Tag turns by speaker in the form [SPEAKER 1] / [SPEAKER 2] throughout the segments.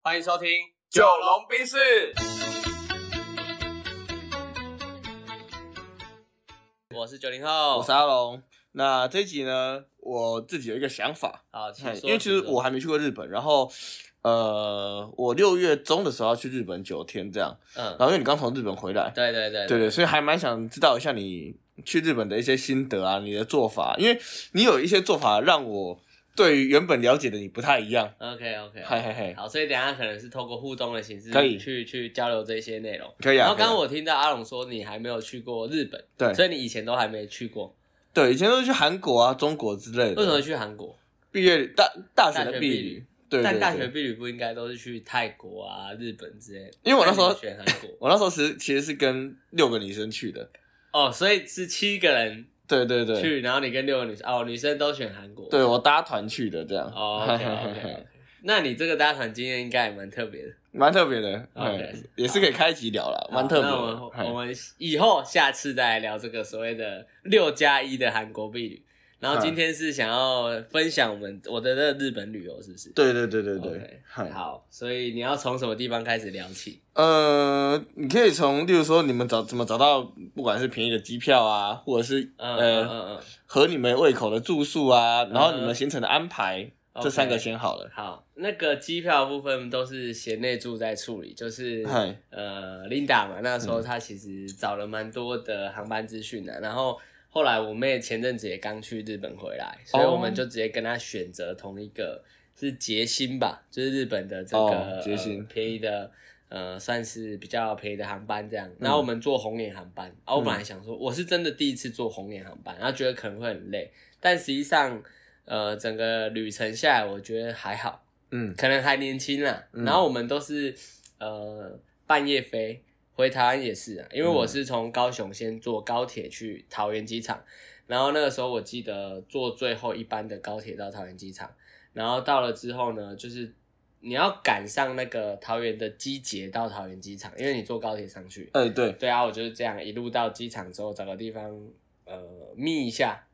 [SPEAKER 1] 欢迎收听《
[SPEAKER 2] 九龙冰室。
[SPEAKER 1] 我是九零后
[SPEAKER 2] 我是。阿龙。那这一集呢，我自己有一个想法，
[SPEAKER 1] 好，请说
[SPEAKER 2] 因为其实
[SPEAKER 1] 请说
[SPEAKER 2] 我还没去过日本，然后呃，我六月中的时候要去日本九天这样，然
[SPEAKER 1] 嗯，
[SPEAKER 2] 后因为你刚从日本回来，
[SPEAKER 1] 对对对
[SPEAKER 2] 对对，所以还蛮想知道一下你去日本的一些心得啊，你的做法，因为你有一些做法让我对于原本了解的你不太一样，
[SPEAKER 1] ，OK OK，
[SPEAKER 2] 嘿嘿嘿，
[SPEAKER 1] 好，所以等一下可能是透过互动的形式
[SPEAKER 2] 可以
[SPEAKER 1] 去去交流这些内容。
[SPEAKER 2] 可以啊。
[SPEAKER 1] 然后刚
[SPEAKER 2] 可
[SPEAKER 1] 刚
[SPEAKER 2] 以啊
[SPEAKER 1] 我听到阿龙说你还没有去过日本，
[SPEAKER 2] 对
[SPEAKER 1] 所以你以前都还没去过，
[SPEAKER 2] 对以前都是去韩国啊、中国之类的，
[SPEAKER 1] 为什么去韩国？
[SPEAKER 2] 毕业大大学
[SPEAKER 1] 大学
[SPEAKER 2] 的
[SPEAKER 1] 毕
[SPEAKER 2] 毕
[SPEAKER 1] 旅
[SPEAKER 2] 旅？对对
[SPEAKER 1] 但
[SPEAKER 2] 对
[SPEAKER 1] 大学毕旅不应该都是去泰国啊、日本之类的？
[SPEAKER 2] 因为我那时候
[SPEAKER 1] 那你选韩国
[SPEAKER 2] 我那时候其实其实是跟六个女生去的，
[SPEAKER 1] 哦，所以是七个人
[SPEAKER 2] 对对对，
[SPEAKER 1] 去，然后你跟六个女生哦，女生都选韩国。
[SPEAKER 2] 对我搭团去的这样，
[SPEAKER 1] 哦，OK OK，那你这个搭团经验应该也蛮特别的，
[SPEAKER 2] 蛮特别的，
[SPEAKER 1] OK
[SPEAKER 2] 嗯也是可以开一集聊了，蛮特别
[SPEAKER 1] 好那
[SPEAKER 2] 的哎
[SPEAKER 1] 我们我
[SPEAKER 2] 嘿。
[SPEAKER 1] 们以后下次再来聊这个所谓的六加一的韩国避旅。然后今天是想要分享我们我的那个日本旅游，是不是？
[SPEAKER 2] 对对对对哎
[SPEAKER 1] OK，
[SPEAKER 2] 对，嘿
[SPEAKER 1] 好，所以你要从什么地方开始聊起？
[SPEAKER 2] 呃，你可以从，例如说你们找怎么找到，不管是便宜的机票啊，或者是
[SPEAKER 1] 嗯
[SPEAKER 2] 呃
[SPEAKER 1] 嗯嗯
[SPEAKER 2] 合你们胃口的住宿啊，然后
[SPEAKER 1] 嗯
[SPEAKER 2] 你们行程的安排，
[SPEAKER 1] OK
[SPEAKER 2] 这三个先好了
[SPEAKER 1] 嗯，。好，那个机票的部分都是贤内助在处理，就是
[SPEAKER 2] 嗨，嗯
[SPEAKER 1] 呃，Linda 嘛，那时候她其实找了蛮多的航班资讯的，然后后来我妹前阵子也刚去日本回来，所以
[SPEAKER 2] 哦
[SPEAKER 1] 我们就直接跟她选择同一个是捷星吧，就是日本的这个、
[SPEAKER 2] 哦捷星
[SPEAKER 1] 呃便宜的。呃，算是比较便宜的航班这
[SPEAKER 2] 嗯
[SPEAKER 1] 样，然后我们坐红眼航班，啊，我本来想说我是真的第一次坐红眼航班，然后觉得可能会很累，但实际上，呃，整个旅程下来我觉得还好，
[SPEAKER 2] 嗯，
[SPEAKER 1] 可能还年轻啦。
[SPEAKER 2] 嗯
[SPEAKER 1] 然后我们都是呃半夜飞回台湾也是啊，因为我是从高雄先坐高铁去桃园机场，然后那个时候我记得坐最后一班的高铁到桃园机场，然后到了之后呢，就是你要赶上那个桃园的机捷到桃园机场，因为你坐高铁上去。
[SPEAKER 2] 哎对，
[SPEAKER 1] 对啊，我就是这样一路到机场之后找个地方呃眯一下，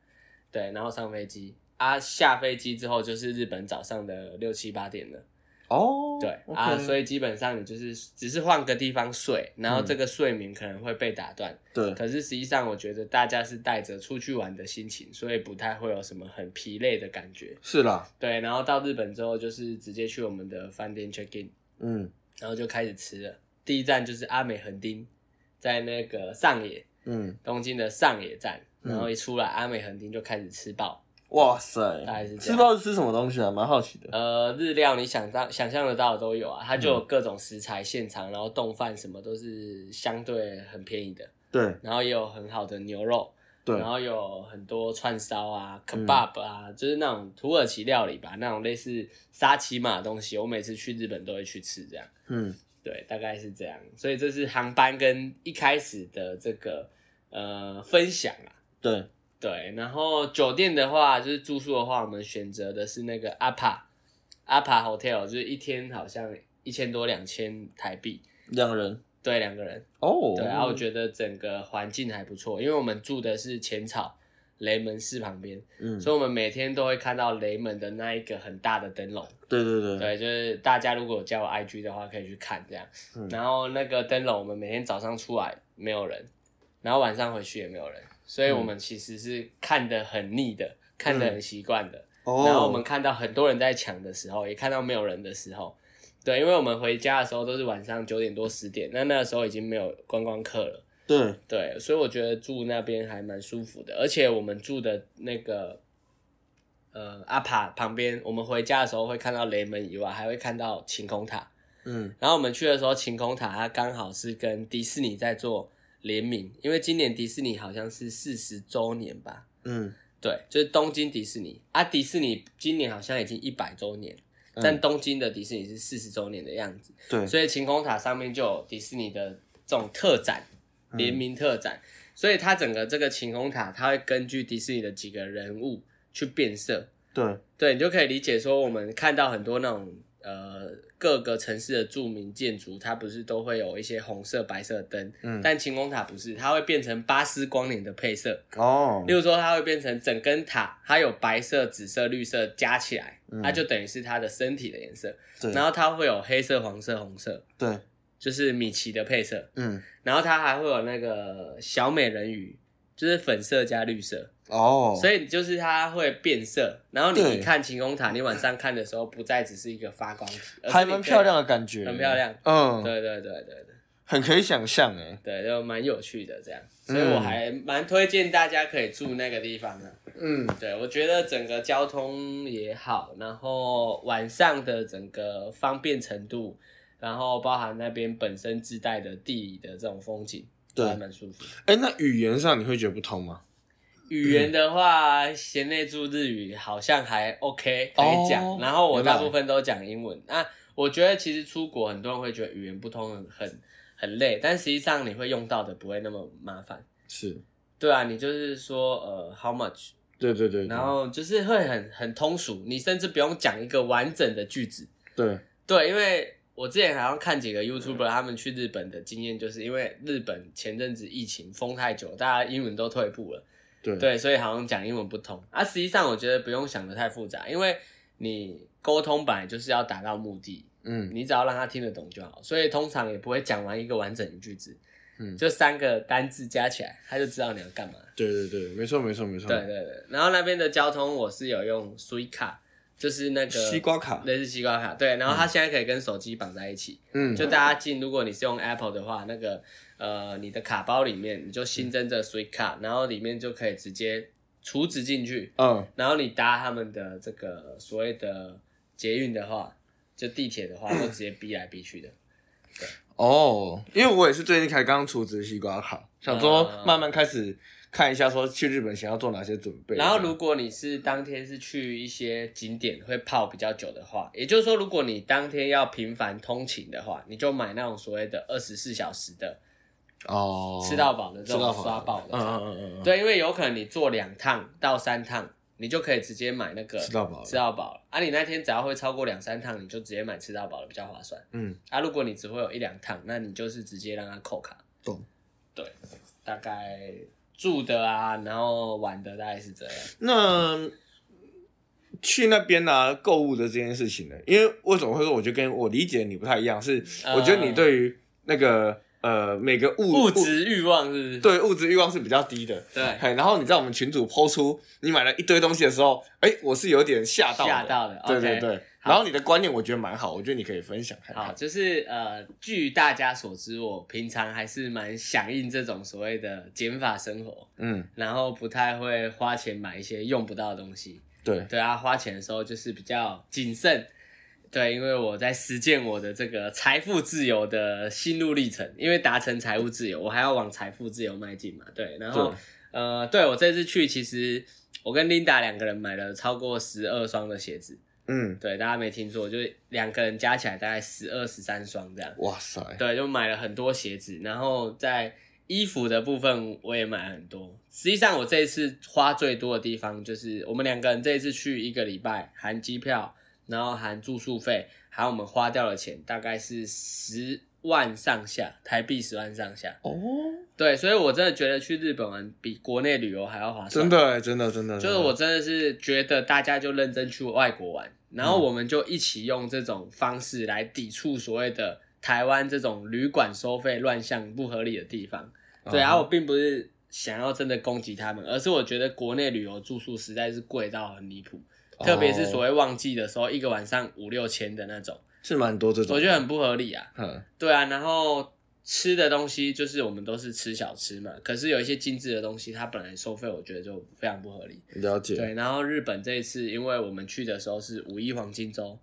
[SPEAKER 1] 对，然后上飞机。啊，下飞机之后就是日本早上的六七八点了。
[SPEAKER 2] 哦，
[SPEAKER 1] 对啊，所
[SPEAKER 2] 以
[SPEAKER 1] 以基本上你就是只是换个地方睡，然后这个睡眠可能会被打断。
[SPEAKER 2] 对，
[SPEAKER 1] 可是实际上，我觉得大家是带着出去玩的心情，所以不太会有什么很疲累的感觉。
[SPEAKER 2] 是啦，
[SPEAKER 1] 对，然后到日本之后，就是直接去我们的饭店 check in，
[SPEAKER 2] 嗯
[SPEAKER 1] 然后就开始吃了。第一站就是阿美横丁，在那个上野，
[SPEAKER 2] 嗯，
[SPEAKER 1] 东京的上野站，
[SPEAKER 2] 嗯
[SPEAKER 1] 然后一出来，阿美横丁就开始吃爆。
[SPEAKER 2] 哇
[SPEAKER 1] 大概
[SPEAKER 2] 塞
[SPEAKER 1] 是这，样
[SPEAKER 2] 嗯吃不知道是吃什么东西啊，蛮好奇的。
[SPEAKER 1] 呃，日料你想到想象得到的都有啊，
[SPEAKER 2] 嗯
[SPEAKER 1] 它就有各种食材现场，然后冻饭什么都是相对很便宜的，
[SPEAKER 2] 对
[SPEAKER 1] 然后也有很好的牛肉，
[SPEAKER 2] 对嗯
[SPEAKER 1] 然后有很多串烧啊、kebab 啊，就是那种土耳其料理吧，那种类似沙琪玛的东西，我每次去日本都会去吃这样。
[SPEAKER 2] 嗯，
[SPEAKER 1] 对，大概是这样，所以这是航班跟一开始的这个呃分享啊。
[SPEAKER 2] 对，
[SPEAKER 1] 对，然后酒店的话，就是住宿的话，我们选择的是那个 APA APA Hotel，就是一天好像一千多两千台币，
[SPEAKER 2] 两人
[SPEAKER 1] 对，两个人。
[SPEAKER 2] 哦，
[SPEAKER 1] 对，然后我觉得整个环境还不错，因为我们住的是浅草雷门寺旁边，
[SPEAKER 2] 嗯，
[SPEAKER 1] 所以我们每天都会看到雷门的那一个很大的灯笼。
[SPEAKER 2] 对对对，
[SPEAKER 1] 对，就是大家如果有加我 IG 的话，可以去看这样。
[SPEAKER 2] 嗯
[SPEAKER 1] 然后那个灯笼，我们每天早上出来没有人，然后晚上回去也没有人，所以
[SPEAKER 2] 嗯
[SPEAKER 1] 我们其实是看得很腻的，看得很习惯的。
[SPEAKER 2] 哦，
[SPEAKER 1] 然后我们看到很多人在抢的时候，也看到没有人的时候，对，因为我们回家的时候都是晚上九点多十点，那那个时候已经没有观光客了。
[SPEAKER 2] 对
[SPEAKER 1] 对，所以我觉得住那边还蛮舒服的，而且我们住的那个呃阿帕旁边，我们回家的时候会看到雷门以外，还会看到晴空塔。
[SPEAKER 2] 嗯
[SPEAKER 1] 然后我们去的时候，晴空塔它刚好是跟迪士尼在做联名，因为今年迪士尼好像是四十周年吧？
[SPEAKER 2] 嗯，
[SPEAKER 1] 对，就是东京迪士尼啊，迪士尼今年好像已经一百周年，但东京的迪士尼是四十周年的样子。
[SPEAKER 2] 对，
[SPEAKER 1] 所以晴空塔上面就有迪士尼的这种特展，
[SPEAKER 2] 嗯
[SPEAKER 1] 联名特展，所以它整个这个晴空塔，它会根据迪士尼的几个人物去变色，
[SPEAKER 2] 对
[SPEAKER 1] 对你就可以理解说，我们看到很多那种呃各个城市的著名建筑，它不是都会有一些红色、白色的灯，
[SPEAKER 2] 嗯
[SPEAKER 1] 但晴空塔不是，它会变成巴斯光年的配色。
[SPEAKER 2] 哦
[SPEAKER 1] 例，如说，它会变成整根塔，它有白色、紫色、绿色加起来，
[SPEAKER 2] 嗯
[SPEAKER 1] 它就等于是它的身体的颜色。
[SPEAKER 2] 对，
[SPEAKER 1] 然后它会有黑色、黄色、红色，
[SPEAKER 2] 对，
[SPEAKER 1] 就是米奇的配色。
[SPEAKER 2] 嗯，
[SPEAKER 1] 然后它还会有那个小美人鱼，就是粉色加绿色，
[SPEAKER 2] 哦，
[SPEAKER 1] 所
[SPEAKER 2] 以
[SPEAKER 1] 以就是它会变色。然后你
[SPEAKER 2] 对
[SPEAKER 1] 一看晴空塔，你晚上看的时候不再只是一个发光体，而是
[SPEAKER 2] 还
[SPEAKER 1] 你
[SPEAKER 2] 蛮
[SPEAKER 1] 可以
[SPEAKER 2] 漂亮的感觉，
[SPEAKER 1] 很漂亮
[SPEAKER 2] 嗯，
[SPEAKER 1] 对对对对对
[SPEAKER 2] 很可以想象哎，
[SPEAKER 1] 对，就蛮有趣的这样，
[SPEAKER 2] 嗯
[SPEAKER 1] 所以我还蛮推荐大家可以住那个地方的。
[SPEAKER 2] 嗯，
[SPEAKER 1] 对，我觉得整个交通也好，然后晚上的整个方便程度，然后包含那边本身自带的地理的这种风景，
[SPEAKER 2] 对
[SPEAKER 1] 都还蛮舒服的。
[SPEAKER 2] 哎，那语言上你会觉得不通吗？
[SPEAKER 1] 语言的话，贤内助日语好像还 OK 可以讲，
[SPEAKER 2] 哦
[SPEAKER 1] 然后我
[SPEAKER 2] 原来
[SPEAKER 1] 大部分都讲英文。那我觉得其实出国很多人会觉得语言不通很很很累，但实际上你会用到的不会那么麻烦。
[SPEAKER 2] 是，
[SPEAKER 1] 对啊，你就是说呃，how much，
[SPEAKER 2] 对对对，对
[SPEAKER 1] 然后就是会很很通俗，你甚至不用讲一个完整的句子。
[SPEAKER 2] 对，
[SPEAKER 1] 对，因为我之前好像看几个 YouTuber 他们去日本的经验，就是因为日本前阵子疫情封太久，大家英文都退步了。
[SPEAKER 2] 对，
[SPEAKER 1] 对，所以好像讲英文不通啊。实际上，我觉得不用想的太复杂，因为你沟通本来就是要达到目的，
[SPEAKER 2] 嗯，
[SPEAKER 1] 你只要让他听得懂就好。所以通常也不会讲完一个完整的句子，
[SPEAKER 2] 嗯
[SPEAKER 1] 就三个单字加起来，他就知道你要干嘛。
[SPEAKER 2] 对对对，没错没错没错，
[SPEAKER 1] 对，对对。然后那边的交通我是有用 Suica，就是那个
[SPEAKER 2] 西瓜卡，
[SPEAKER 1] 类似西瓜卡，对。然后它现在可以跟手机绑在一起，
[SPEAKER 2] 嗯，
[SPEAKER 1] 就大家进，如果你是用 Apple 的话，那个呃，你的卡包里面你就新增这 s w i c 卡，然后里面就可以直接储值进去，
[SPEAKER 2] 嗯，
[SPEAKER 1] 然后你搭他们的这个所谓的捷运的话，就地铁 的话，就直接逼来逼去的。
[SPEAKER 2] 哦，因为我也是最近才刚出职西瓜卡，想说
[SPEAKER 1] 嗯
[SPEAKER 2] 慢慢开始看一下，说去日本想要做哪些准备。
[SPEAKER 1] 然后如果你是当天是去一些景点会泡比较久的话，也就是说，如果你当天要频繁通勤的话，你就买那种所谓的二十四小时的
[SPEAKER 2] 哦，
[SPEAKER 1] 吃到饱的这
[SPEAKER 2] 吃到
[SPEAKER 1] 种
[SPEAKER 2] 饱
[SPEAKER 1] 刷爆的
[SPEAKER 2] 嗯，嗯嗯嗯嗯，
[SPEAKER 1] 对，因为有可能你做两趟到三趟，你就可以直接买那个
[SPEAKER 2] 吃到饱了
[SPEAKER 1] 吃到饱了啊，你那天只要会超过两三趟，你就直接买吃到饱了，比较划算。
[SPEAKER 2] 嗯，
[SPEAKER 1] 啊，如果你只会有一两趟，那你就是直接让它扣卡。
[SPEAKER 2] 懂。
[SPEAKER 1] 对，大概住的啊，然后玩的大概是这样。
[SPEAKER 2] 那去那边呢、啊购物的这件事情呢，因为为什么会说我觉得跟我理解你不太一样，是
[SPEAKER 1] 呃
[SPEAKER 2] 我觉得你对于那个呃每个物
[SPEAKER 1] 物质欲望是不是？
[SPEAKER 2] 对物质欲望是比较低的。
[SPEAKER 1] 对，
[SPEAKER 2] 嘿，然后你在我们群主抛出你买了一堆东西的时候，哎，我是有点吓到的，
[SPEAKER 1] 吓到的
[SPEAKER 2] 对
[SPEAKER 1] OK，
[SPEAKER 2] 对对。
[SPEAKER 1] 好
[SPEAKER 2] 然后你的观念我觉得蛮好，我觉得你可以分享看
[SPEAKER 1] 好，
[SPEAKER 2] 看。
[SPEAKER 1] 就是呃，据大家所知，我平常还是蛮响应这种所谓的减法生活，
[SPEAKER 2] 嗯，
[SPEAKER 1] 然后不太会花钱买一些用不到的东西。
[SPEAKER 2] 对，
[SPEAKER 1] 对啊，花钱的时候就是比较谨慎。对，因为我在实践我的这个财富自由的心路历程，因为达成财务自由，我还要往财富自由迈进嘛。对，然后
[SPEAKER 2] 对
[SPEAKER 1] 呃，对我这次去，其实我跟 Linda 两个人买了超过十二双的鞋子。
[SPEAKER 2] 嗯，
[SPEAKER 1] 对，大家没听错，就是两个人加起来大概十二十三双这样。
[SPEAKER 2] 哇塞，
[SPEAKER 1] 对，就买了很多鞋子，然后在衣服的部分我也买了很多。实际上，我这一次花最多的地方就是我们两个人这一次去一个礼拜，含机票，然后含住宿费，还有我们花掉的钱，大概是十万上下，台币十万上下。
[SPEAKER 2] 哦，
[SPEAKER 1] 对，所以我真的觉得去日本玩比国内旅游还要划算。
[SPEAKER 2] 真，的欸真的真的，
[SPEAKER 1] 就是我真的是觉得大家就认真去外国玩，然后我们就一起用这种方式来抵触所谓的台湾这种旅馆收费乱象不合理的地方。
[SPEAKER 2] 啊嗯
[SPEAKER 1] 对，然后我并不是想要真的攻击他们，而是我觉得国内旅游住宿实在是贵到很离谱，
[SPEAKER 2] 哦
[SPEAKER 1] 特别是所
[SPEAKER 2] 谓
[SPEAKER 1] 谓旺季的时候，一个晚上五六千的那种，
[SPEAKER 2] 是蛮多这种，
[SPEAKER 1] 我觉得很不合理啊。
[SPEAKER 2] 很
[SPEAKER 1] 对啊，然后吃的东西就是我们都是吃小吃嘛，可是有一些精致的东西，它本来收费我觉得就非常不合理。
[SPEAKER 2] 了解，
[SPEAKER 1] 对，然后日本这一次，因为我们去的时候是五一黄金周，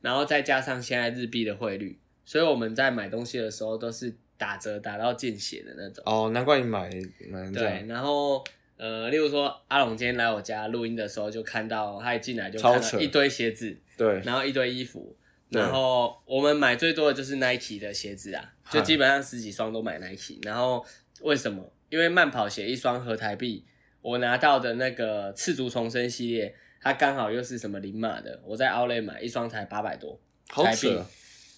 [SPEAKER 1] 然后再加上现在日币的汇率，所以我们在买东西的时候都是打折打到见血的那种。
[SPEAKER 2] 哦，难怪你买买嗯成这
[SPEAKER 1] 对，
[SPEAKER 2] 样，
[SPEAKER 1] 然后呃，例如说阿龙今天来我家录音的时候，就看到他一进来就
[SPEAKER 2] 超
[SPEAKER 1] 看
[SPEAKER 2] 扯
[SPEAKER 1] 到一堆鞋子，
[SPEAKER 2] 对，
[SPEAKER 1] 然后一堆衣服，
[SPEAKER 2] 对
[SPEAKER 1] 然后我们买最多的就是 Nike 的鞋子啊，就
[SPEAKER 2] 嗨
[SPEAKER 1] 基本上十几双都买 Nike。然后为什么？因为慢跑鞋一双合台币，我拿到的那个赤足重生系列，它刚好又是什么零码的，我在 Outlet 买一双才八百多，
[SPEAKER 2] 好
[SPEAKER 1] 台币啊
[SPEAKER 2] 扯，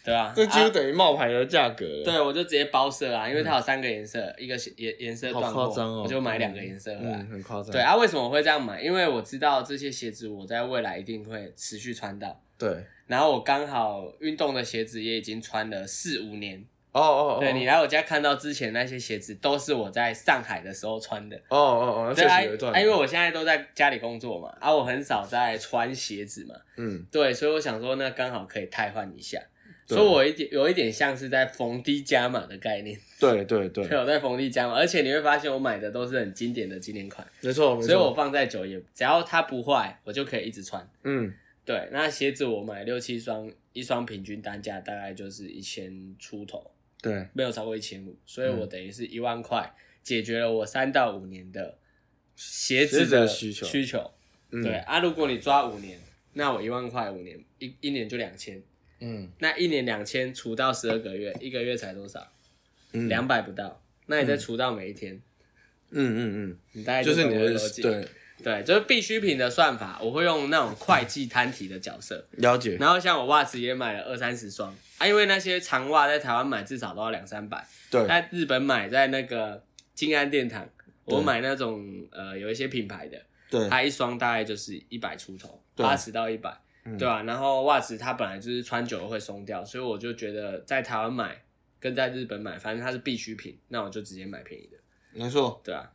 [SPEAKER 1] 对吧？
[SPEAKER 2] 这几乎
[SPEAKER 1] 啊
[SPEAKER 2] 等于冒牌的价格了。
[SPEAKER 1] 对，我就直接包色啊，因为它有三个颜色，一个颜颜色
[SPEAKER 2] 嗯好
[SPEAKER 1] 断货，
[SPEAKER 2] 夸张哦
[SPEAKER 1] 我就买两个颜色回来。
[SPEAKER 2] 嗯，很夸张。
[SPEAKER 1] 对啊，为什么我会这样买？因为我知道这些鞋子我在未来一定会持续穿到，
[SPEAKER 2] 对，
[SPEAKER 1] 然后我刚好运动的鞋子也已经穿了四五年。
[SPEAKER 2] 哦哦哦，
[SPEAKER 1] 对你来我家看到之前那些鞋子，都是我在上海的时候穿的。
[SPEAKER 2] 哦哦哦，
[SPEAKER 1] 对
[SPEAKER 2] 确
[SPEAKER 1] 啊
[SPEAKER 2] 实有一段，
[SPEAKER 1] 啊因为我现在都在家里工作嘛，啊，我很少在穿鞋子嘛，
[SPEAKER 2] 嗯，
[SPEAKER 1] 对，所以我想说，那刚好可以汰换一下，
[SPEAKER 2] 对
[SPEAKER 1] 所以我一点有一点像是在逢低加码的概念，
[SPEAKER 2] 对对对
[SPEAKER 1] 对，，我在逢低加码，而且你会发现我买的都是很经典的经典款，
[SPEAKER 2] 没错没错，
[SPEAKER 1] 所以我放在久也只要它不坏，我就可以一直穿。
[SPEAKER 2] 嗯
[SPEAKER 1] 对，那鞋子我买六七双，一双平均单价大概就是一千出头，
[SPEAKER 2] 对
[SPEAKER 1] 没有超过一千五，所以我
[SPEAKER 2] 嗯
[SPEAKER 1] 等于是一万块解决了我三到五年的鞋子
[SPEAKER 2] 鞋子的
[SPEAKER 1] 的
[SPEAKER 2] 需求
[SPEAKER 1] 需求。
[SPEAKER 2] 嗯
[SPEAKER 1] 对啊，如果你抓五年，那我一万块五年一一年就两千，
[SPEAKER 2] 嗯
[SPEAKER 1] 那一年两千除到十二个月，一个月才多少？
[SPEAKER 2] 嗯
[SPEAKER 1] 两百不到。那你再除到每一天，
[SPEAKER 2] 嗯嗯
[SPEAKER 1] 你大概
[SPEAKER 2] 嗯，就是
[SPEAKER 1] 懂
[SPEAKER 2] 你
[SPEAKER 1] 我
[SPEAKER 2] 的
[SPEAKER 1] 逻辑
[SPEAKER 2] 对
[SPEAKER 1] 对，就是必需品的算法，我会用那种会计摊提的角色。
[SPEAKER 2] 了解，
[SPEAKER 1] 然后像我袜子也买了二三十双啊，因为那些长袜在台湾买至少都要两三百，
[SPEAKER 2] 对
[SPEAKER 1] 在日本买在那个静安殿堂，我买那种呃有一些品牌的，
[SPEAKER 2] 对
[SPEAKER 1] 它一双大概就是一百出头，
[SPEAKER 2] 对嗯
[SPEAKER 1] 八十到一百、对吧、然后袜子它本来就是穿久了会松掉，所以我就觉得在台湾买跟在日本买，反正它是必需品，那我就直接买便宜的，
[SPEAKER 2] 没错，
[SPEAKER 1] 对啊，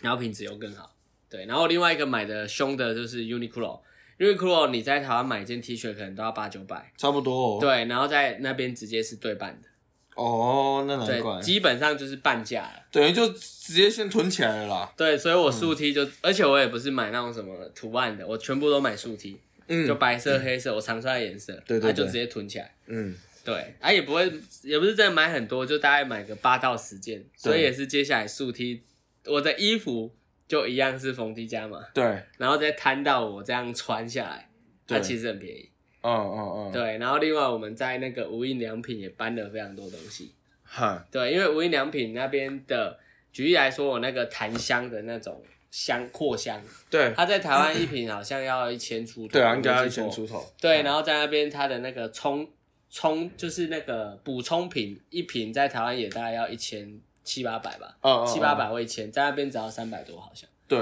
[SPEAKER 1] 然后品质又更好，对。然后另外一个买的凶的就是 Uniqlo。Uniqlo，你在台湾买一件 T 恤可能都要八九百，
[SPEAKER 2] 差不多哦，
[SPEAKER 1] 对，然后在那边直接是对半的，
[SPEAKER 2] 哦，那难怪
[SPEAKER 1] 对，，基本上就是半价了。
[SPEAKER 2] 等于就直接先囤起来了啦，
[SPEAKER 1] 对，所以我竖 T 就，
[SPEAKER 2] 嗯
[SPEAKER 1] 而且我也不是买那种什么图案的，我全部都买竖 T，、就
[SPEAKER 2] 嗯
[SPEAKER 1] 白色、黑色，我常穿的颜色，
[SPEAKER 2] 对对
[SPEAKER 1] 啊就
[SPEAKER 2] 对
[SPEAKER 1] 直接囤起来。
[SPEAKER 2] 嗯，
[SPEAKER 1] 对，啊也不会，也不是真的买很多，就大概买个八到十件，所以也是接下来竖 T，我的衣服就一样是逢低加嘛，
[SPEAKER 2] 对，
[SPEAKER 1] 然后再摊到我这样穿下来，它
[SPEAKER 2] 对
[SPEAKER 1] 其实很便宜。
[SPEAKER 2] 嗯嗯嗯，，
[SPEAKER 1] 对，然后另外我们在那个无印良品也搬了非常多东西，
[SPEAKER 2] 哈，
[SPEAKER 1] 对，因为无印良品那边的，举例来说，我那个檀香的那种香扩 香，
[SPEAKER 2] 对
[SPEAKER 1] 它在台湾一瓶好像要一千出头，
[SPEAKER 2] 对啊，
[SPEAKER 1] 我
[SPEAKER 2] 应
[SPEAKER 1] 没
[SPEAKER 2] 该要一
[SPEAKER 1] 记错
[SPEAKER 2] 千。出嗯头，
[SPEAKER 1] 对，然后在那边它的那个冲冲就是那个补充品，一瓶在台湾也大概要一千七八百吧，
[SPEAKER 2] 嗯，嗯
[SPEAKER 1] 七八，
[SPEAKER 2] 嗯
[SPEAKER 1] 百或一千，在那边只要三百多好像，
[SPEAKER 2] 对，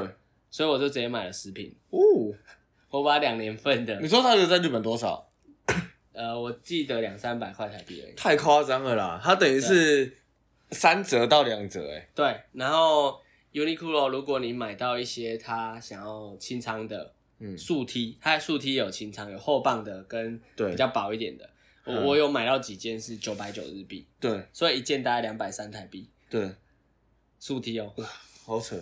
[SPEAKER 1] 所以我就直接买了十瓶，
[SPEAKER 2] 哦，
[SPEAKER 1] 我把两年份的
[SPEAKER 2] 你，说它有在日本多少？
[SPEAKER 1] 呃，我记得两三百块台币而已。
[SPEAKER 2] 太夸张了啦！它等于是三折到两折、欸，
[SPEAKER 1] 对，然后 Uniqlo 如果你买到一些它想要清仓的，
[SPEAKER 2] 嗯
[SPEAKER 1] 竖梯，它的竖梯有清仓，有厚棒的跟
[SPEAKER 2] 对
[SPEAKER 1] 比较薄一点的。我
[SPEAKER 2] 嗯
[SPEAKER 1] 我有买到几件是九百九日币，
[SPEAKER 2] 对
[SPEAKER 1] 所以一件大概两百三台币，
[SPEAKER 2] 对，
[SPEAKER 1] 竖梯哦，
[SPEAKER 2] 好扯，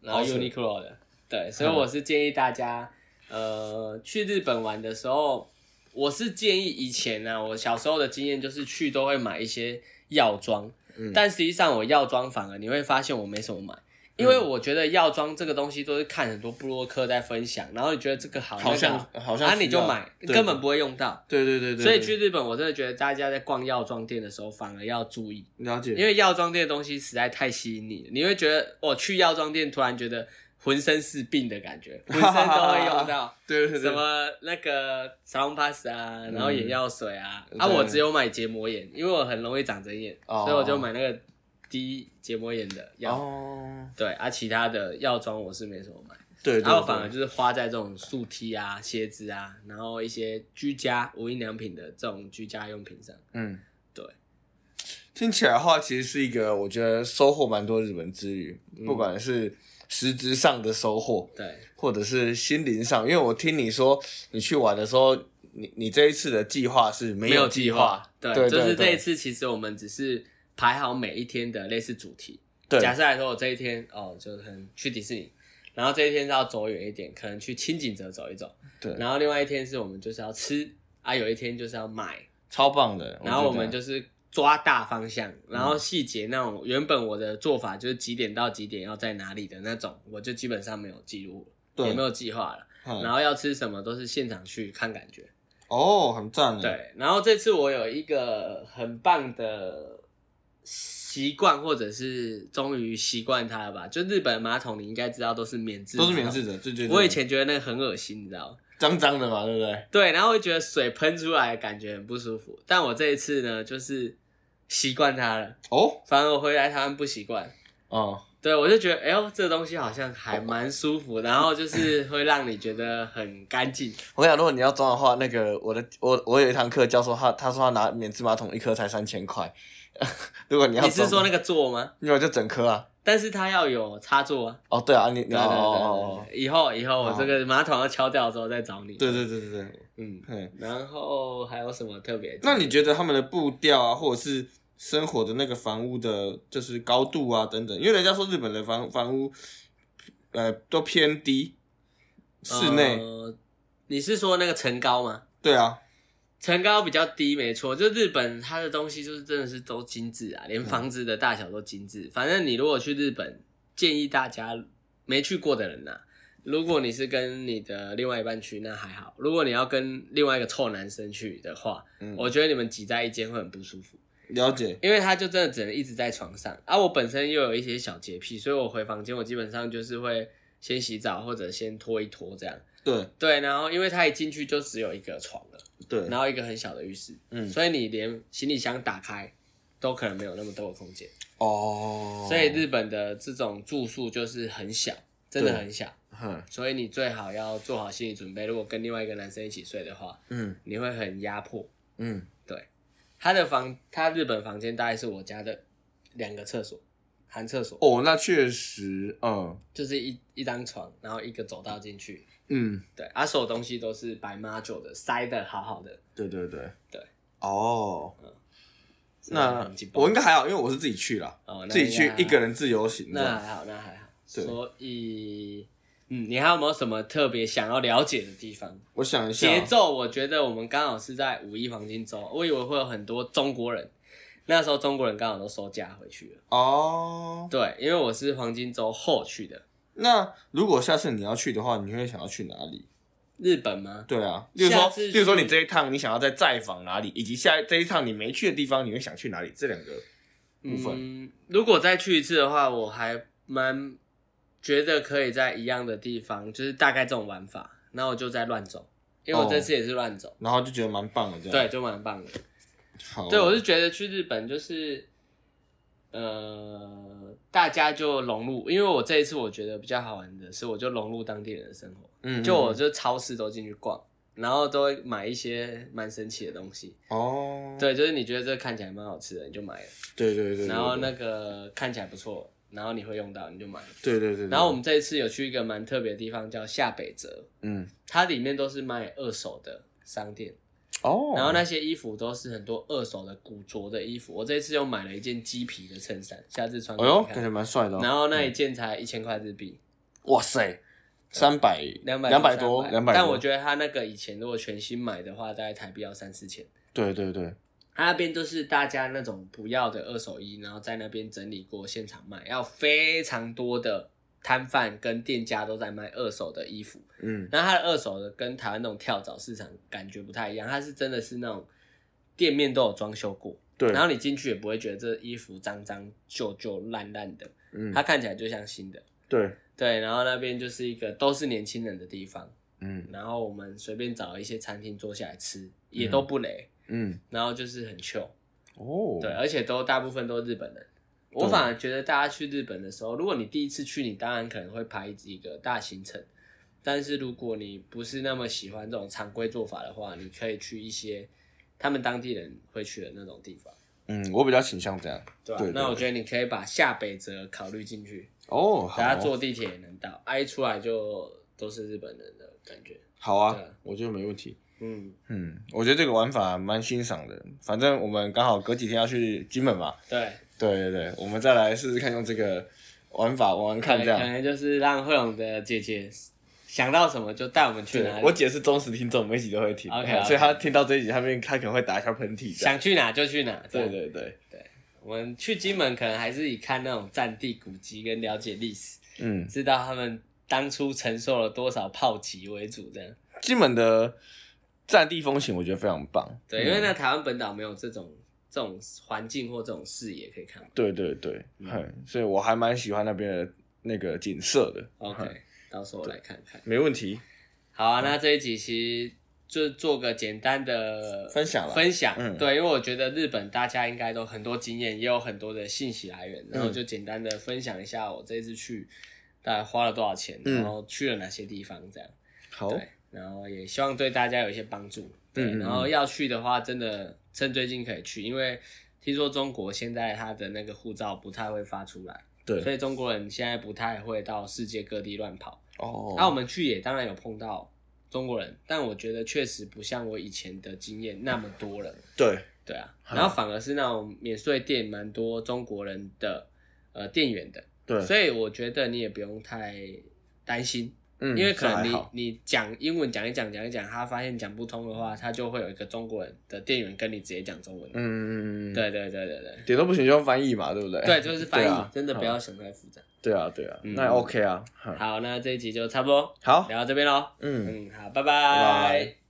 [SPEAKER 1] 然后
[SPEAKER 2] 好扯
[SPEAKER 1] Uniqlo 的，对，
[SPEAKER 2] 嗯
[SPEAKER 1] 所以我是建议大家，呃，去日本玩的时候，我是建议以前呢、啊，我小时候的经验就是去都会买一些药妆，
[SPEAKER 2] 嗯
[SPEAKER 1] 但实际上我药妆反而你会发现我没什么买。因为我觉得药妆这个东西都是看很多布洛克在分享，然后你觉得这个好，
[SPEAKER 2] 好像
[SPEAKER 1] 那个
[SPEAKER 2] 好像
[SPEAKER 1] 啊
[SPEAKER 2] 需
[SPEAKER 1] 你就
[SPEAKER 2] 要
[SPEAKER 1] 买，
[SPEAKER 2] 对
[SPEAKER 1] 根本不会用到。
[SPEAKER 2] 对对对对，
[SPEAKER 1] 所以
[SPEAKER 2] 对
[SPEAKER 1] 去日本，我真的觉得大家在逛药妆店的时候反而要注意，
[SPEAKER 2] 了解，
[SPEAKER 1] 因为药妆店的东西实在太吸引你了，你会觉得我去药妆店突然觉得浑身是病的感觉，浑身都会用 到
[SPEAKER 2] 对对对
[SPEAKER 1] 什么那个 s a l o n pass 啊，然后眼药水啊，
[SPEAKER 2] 嗯对
[SPEAKER 1] 啊我只有买结膜炎，因为我很容易长针眼，
[SPEAKER 2] 哦
[SPEAKER 1] 所以我就买那个滴结膜炎的药。
[SPEAKER 2] 哦，
[SPEAKER 1] 对啊，其他的药妆我是没什么买，
[SPEAKER 2] 对对对，
[SPEAKER 1] 然后反而就是花在这种素 T 啊、鞋子啊，然后一些居家无印良品的这种居家用品上。
[SPEAKER 2] 嗯，
[SPEAKER 1] 对，
[SPEAKER 2] 听起来的话，其实是一个我觉得收获蛮多日本之旅，
[SPEAKER 1] 嗯
[SPEAKER 2] 不管是实质上的收获，
[SPEAKER 1] 对，
[SPEAKER 2] 或者是心灵上，因为我听你说你去玩的时候，你你这一次的计划是没有
[SPEAKER 1] 计
[SPEAKER 2] 划，
[SPEAKER 1] 对，
[SPEAKER 2] 对
[SPEAKER 1] 就是
[SPEAKER 2] 对
[SPEAKER 1] 这一次，其实我们只是排好每一天的类似主题。
[SPEAKER 2] 对
[SPEAKER 1] 假设来说，我这一天哦，就可能去迪士尼，然后这一天是要走远一点，可能去清景泽走一走，
[SPEAKER 2] 对，
[SPEAKER 1] 然后另外一天是我们就是要吃啊，有一天就是要买，
[SPEAKER 2] 超棒的，
[SPEAKER 1] 然后我
[SPEAKER 2] 觉得
[SPEAKER 1] 们就是抓大方向，
[SPEAKER 2] 嗯
[SPEAKER 1] 然后细节那种原本我的做法就是几点到几点要在哪里的那种，我就基本上没有记录，
[SPEAKER 2] 对
[SPEAKER 1] 也没有计划了。
[SPEAKER 2] 嗯
[SPEAKER 1] 然后要吃什么都是现场去看感觉。
[SPEAKER 2] 哦，很赞，，
[SPEAKER 1] 对，然后这次我有一个很棒的习惯，或者是终于习惯它了吧？就日本马桶，你应该知道都是免治，
[SPEAKER 2] 都是免治。的，对对对。
[SPEAKER 1] 我以前觉得那个很恶心，你知道吗？
[SPEAKER 2] 脏脏的嘛，对不对？
[SPEAKER 1] 对，然后会觉得水喷出来感觉很不舒服。但我这一次呢，就是习惯它了，
[SPEAKER 2] 哦，
[SPEAKER 1] 反而我回来台湾不习惯。
[SPEAKER 2] 哦，
[SPEAKER 1] 对，我就觉得，哎呦，这东西好像还蛮舒 服，然后就是会让你觉得很干净。
[SPEAKER 2] 我跟你讲，如果你要装的话，那个我的我我有一堂课教授他他说他拿免治马桶一颗才三千块， 如果你要
[SPEAKER 1] 你是
[SPEAKER 2] 装
[SPEAKER 1] 说那个座吗？
[SPEAKER 2] 没有就整颗啊？
[SPEAKER 1] 但是它要有插座啊。
[SPEAKER 2] 哦，对啊，你你
[SPEAKER 1] 对
[SPEAKER 2] 哦
[SPEAKER 1] 对
[SPEAKER 2] 哦
[SPEAKER 1] 对对，以后以后我这个马桶要敲掉之后再找你。
[SPEAKER 2] 对对对对对，
[SPEAKER 1] 嗯，
[SPEAKER 2] 嗯，
[SPEAKER 1] 然后还有什么特别的？
[SPEAKER 2] 那你觉得他们的步调啊，或者是生活的那个房屋的，就是高度啊等等，因为人家说日本的房房屋，呃，都偏低，室内，
[SPEAKER 1] 呃你是说那个层高吗？
[SPEAKER 2] 对啊，
[SPEAKER 1] 层高比较低，没错。就日本它的东西就是真的是都精致啊，
[SPEAKER 2] 嗯
[SPEAKER 1] 连房子的大小都精致。反正你如果去日本，建议大家没去过的人呐、如果你是跟你的另外一半去，那还好；如果你要跟另外一个臭男生去的话，
[SPEAKER 2] 嗯，
[SPEAKER 1] 我觉得你们挤在一间会很不舒服。
[SPEAKER 2] 了解，
[SPEAKER 1] 因为他就真的只能一直在床上啊。我本身又有一些小洁癖，所以我回房间我基本上就是会先洗澡或者先拖一拖这样。
[SPEAKER 2] 对
[SPEAKER 1] 对，然后因为他一进去就只有一个床了，
[SPEAKER 2] 对，
[SPEAKER 1] 然后一个很小的浴室，
[SPEAKER 2] 嗯，
[SPEAKER 1] 所以你连行李箱打开都可能没有那么多的空间。
[SPEAKER 2] 哦，
[SPEAKER 1] 所以日本的这种住宿就是很小，真的很小。
[SPEAKER 2] 哼，
[SPEAKER 1] 所以你最好要做好心理准备，如果跟另外一个男生一起睡的话，
[SPEAKER 2] 嗯
[SPEAKER 1] 你会很压迫。
[SPEAKER 2] 嗯，
[SPEAKER 1] 他的房，他日本房间大概是我家的两个厕所，含厕所。
[SPEAKER 2] 哦，那确实，嗯
[SPEAKER 1] 就是一一张床，然后一个走道进去，
[SPEAKER 2] 嗯，
[SPEAKER 1] 对，啊，所有东西都是白马酒的，塞的好好的，
[SPEAKER 2] 对对对
[SPEAKER 1] 对，嗯
[SPEAKER 2] 哦，
[SPEAKER 1] 所以
[SPEAKER 2] 那
[SPEAKER 1] 很紧绷
[SPEAKER 2] 我应该还好，因为我是自己去啦，
[SPEAKER 1] 哦那
[SPEAKER 2] 自己去
[SPEAKER 1] 应该
[SPEAKER 2] 一个人自由行这
[SPEAKER 1] 那
[SPEAKER 2] 样，
[SPEAKER 1] 还好，那还好，
[SPEAKER 2] 对
[SPEAKER 1] 所以，嗯，你还有没有什么特别想要了解的地方？
[SPEAKER 2] 我想一下，
[SPEAKER 1] 节奏，我觉得我们刚好是在五一黄金周，我以为会有很多中国人，那时候中国人刚好都收假回去了，
[SPEAKER 2] 哦，
[SPEAKER 1] 对，因为我是黄金周后去的，
[SPEAKER 2] 那如果下次你要去的话，你会想要去哪里？
[SPEAKER 1] 日本吗？
[SPEAKER 2] 对啊，例如说
[SPEAKER 1] 下，次去
[SPEAKER 2] 例如说你这一趟你想要再再访哪里，以及下这一趟你没去的地方，你会想去哪里？这两个部分，
[SPEAKER 1] 嗯，如果再去一次的话，我还蛮觉得可以在一样的地方，就是大概这种玩法，然后我就在乱走，因为我这次也是乱走，
[SPEAKER 2] 然后就觉得蛮棒的这样。
[SPEAKER 1] 对，就蛮棒的。
[SPEAKER 2] 对，好啊，
[SPEAKER 1] 对，我是觉得去日本就是，呃，大家就融入，因为我这一次我觉得比较好玩的是，我就融入当地人的生活，
[SPEAKER 2] 嗯，嗯
[SPEAKER 1] 就我就超市都进去逛，然后都会买一些蛮神奇的东西，
[SPEAKER 2] 哦，
[SPEAKER 1] 对，就是你觉得这看起来蛮好吃的，你就买了。
[SPEAKER 2] 对对对对，
[SPEAKER 1] 然后那个看起来不错，然后你会用到，你就买。
[SPEAKER 2] 对，对对对对，
[SPEAKER 1] 然后我们这一次有去一个蛮特别的地方，叫下北泽，
[SPEAKER 2] 嗯，
[SPEAKER 1] 它里面都是卖二手的商店，
[SPEAKER 2] 哦，
[SPEAKER 1] 然后？那些衣服都是很多二手的古着的衣服。我这一次又买了一件鸡皮的衬衫，下次穿给
[SPEAKER 2] 哎呦，
[SPEAKER 1] 你
[SPEAKER 2] 感
[SPEAKER 1] 看。
[SPEAKER 2] 觉蛮帅的哦。
[SPEAKER 1] 然后那一件才一千块日币，
[SPEAKER 2] 哇塞，三百
[SPEAKER 1] 两百
[SPEAKER 2] 两百多，两百。
[SPEAKER 1] 但我觉得他那个以前如果全新买的话，大概台币要三四千。
[SPEAKER 2] 对对对，
[SPEAKER 1] 他那边就是大家那种不要的二手衣，然后在那边整理过现场卖，要非常多的摊贩跟店家都在卖二手的衣服。
[SPEAKER 2] 嗯，
[SPEAKER 1] 那它的二手的跟台湾那种跳蚤市场感觉不太一样，它是真的是那种店面都有装修过，
[SPEAKER 2] 对。
[SPEAKER 1] 然后你进去也不会觉得这衣服脏脏旧旧烂烂的，
[SPEAKER 2] 嗯
[SPEAKER 1] 它，看起来就像新的。
[SPEAKER 2] 对，
[SPEAKER 1] 对，然后那边就是一个都是年轻人的地方，
[SPEAKER 2] 嗯
[SPEAKER 1] 然后我们随便找一些餐厅坐下来吃，也都不累，
[SPEAKER 2] 嗯，
[SPEAKER 1] 然后就是很 chill。
[SPEAKER 2] 哦，
[SPEAKER 1] 对，，啊而且都大部分都日本人。我
[SPEAKER 2] 对
[SPEAKER 1] 反而觉得大家去日本的时候，如果你第一次去，你当然可能会排一个大行程。但是如果你不是那么喜欢这种常规做法的话，你可以去一些他们当地人会去的那种地方，
[SPEAKER 2] 嗯，我比较倾向这样。
[SPEAKER 1] 对吧、
[SPEAKER 2] 对对
[SPEAKER 1] 那我觉得你可以把下北泽考虑进去，
[SPEAKER 2] 哦，好
[SPEAKER 1] 大家
[SPEAKER 2] 哦
[SPEAKER 1] 坐地铁也能到，啊一出来就都是日本人的感觉。
[SPEAKER 2] 好
[SPEAKER 1] 对
[SPEAKER 2] 啊
[SPEAKER 1] 啊，
[SPEAKER 2] 我觉得没问题。
[SPEAKER 1] 嗯，
[SPEAKER 2] 嗯，我觉得这个玩法蛮欣赏的。反正我们刚好隔几天要去金门嘛，
[SPEAKER 1] 对，
[SPEAKER 2] 对对对，我们再来试试看用这个玩法玩玩看，这
[SPEAKER 1] 可
[SPEAKER 2] 样。
[SPEAKER 1] 能就是让惠龙的姐姐想到什么就带我们去
[SPEAKER 2] 对
[SPEAKER 1] 哪，里，
[SPEAKER 2] 我姐是忠实听众，每一集都会听
[SPEAKER 1] OK，OK
[SPEAKER 2] 所以她听到这一集，她面她可能会打一下喷嚏。这样
[SPEAKER 1] 想去哪就去哪。这样
[SPEAKER 2] 对对对，
[SPEAKER 1] 我们去金门可能还是以看那种战地古迹跟了解历史，
[SPEAKER 2] 嗯，
[SPEAKER 1] 知道他们当初承受了多少炮击为主这样。
[SPEAKER 2] 金门的战地风情我觉得非常棒。
[SPEAKER 1] 对，
[SPEAKER 2] 嗯
[SPEAKER 1] 因为呢，台湾本岛没有这种这种环境或这种视野可以看嘛。
[SPEAKER 2] 对对对，嗯，所以我还蛮喜欢那边的那个景色的。
[SPEAKER 1] OK，
[SPEAKER 2] 嗯
[SPEAKER 1] 到时候我来看看。
[SPEAKER 2] 没问题。
[SPEAKER 1] 好啊，那这一集其实就做个简单的
[SPEAKER 2] 分享啦
[SPEAKER 1] 分享，
[SPEAKER 2] 嗯
[SPEAKER 1] 对，因为我觉得日本大家应该都很多经验，也有很多的信息来源，然后
[SPEAKER 2] 嗯
[SPEAKER 1] 就简单的分享一下我这次去大概花了多少钱，
[SPEAKER 2] 嗯
[SPEAKER 1] 然后去了哪些地方，这样，
[SPEAKER 2] 好，
[SPEAKER 1] 对，然后也希望对大家有一些帮助，对，
[SPEAKER 2] 嗯嗯嗯
[SPEAKER 1] 然后要去的话，真的趁最近可以去，因为听说中国现在它的那个护照不太会发出来，所
[SPEAKER 2] 对，
[SPEAKER 1] 以中国人现在不太会到世界各地乱跑。
[SPEAKER 2] 哦，
[SPEAKER 1] 啊那、我们去也当然有碰到中国人，但我觉得确实不像我以前的经验那么多了。
[SPEAKER 2] 对，
[SPEAKER 1] 对啊，
[SPEAKER 2] 好
[SPEAKER 1] 然后反而是那种免税店蛮多中国人的呃店员的，
[SPEAKER 2] 对，
[SPEAKER 1] 所以我觉得你也不用太担心，
[SPEAKER 2] 嗯
[SPEAKER 1] 因为可能
[SPEAKER 2] 这还
[SPEAKER 1] 你
[SPEAKER 2] 好
[SPEAKER 1] 你讲英文讲一讲讲一讲，他发现讲不通的话，他就会有一个中国人的店员跟你直接讲中文。
[SPEAKER 2] 嗯，
[SPEAKER 1] 对对对对对。
[SPEAKER 2] 顶多不行就用翻译嘛，对不对？
[SPEAKER 1] 对，就是翻译，
[SPEAKER 2] 啊
[SPEAKER 1] 真的不要想太复杂。
[SPEAKER 2] 对啊，对啊，
[SPEAKER 1] 嗯
[SPEAKER 2] 那也 OK 啊，好
[SPEAKER 1] 好，那这一集就差不多
[SPEAKER 2] 好，
[SPEAKER 1] 聊到这边喽。
[SPEAKER 2] 嗯。
[SPEAKER 1] 嗯，好，拜
[SPEAKER 2] 拜拜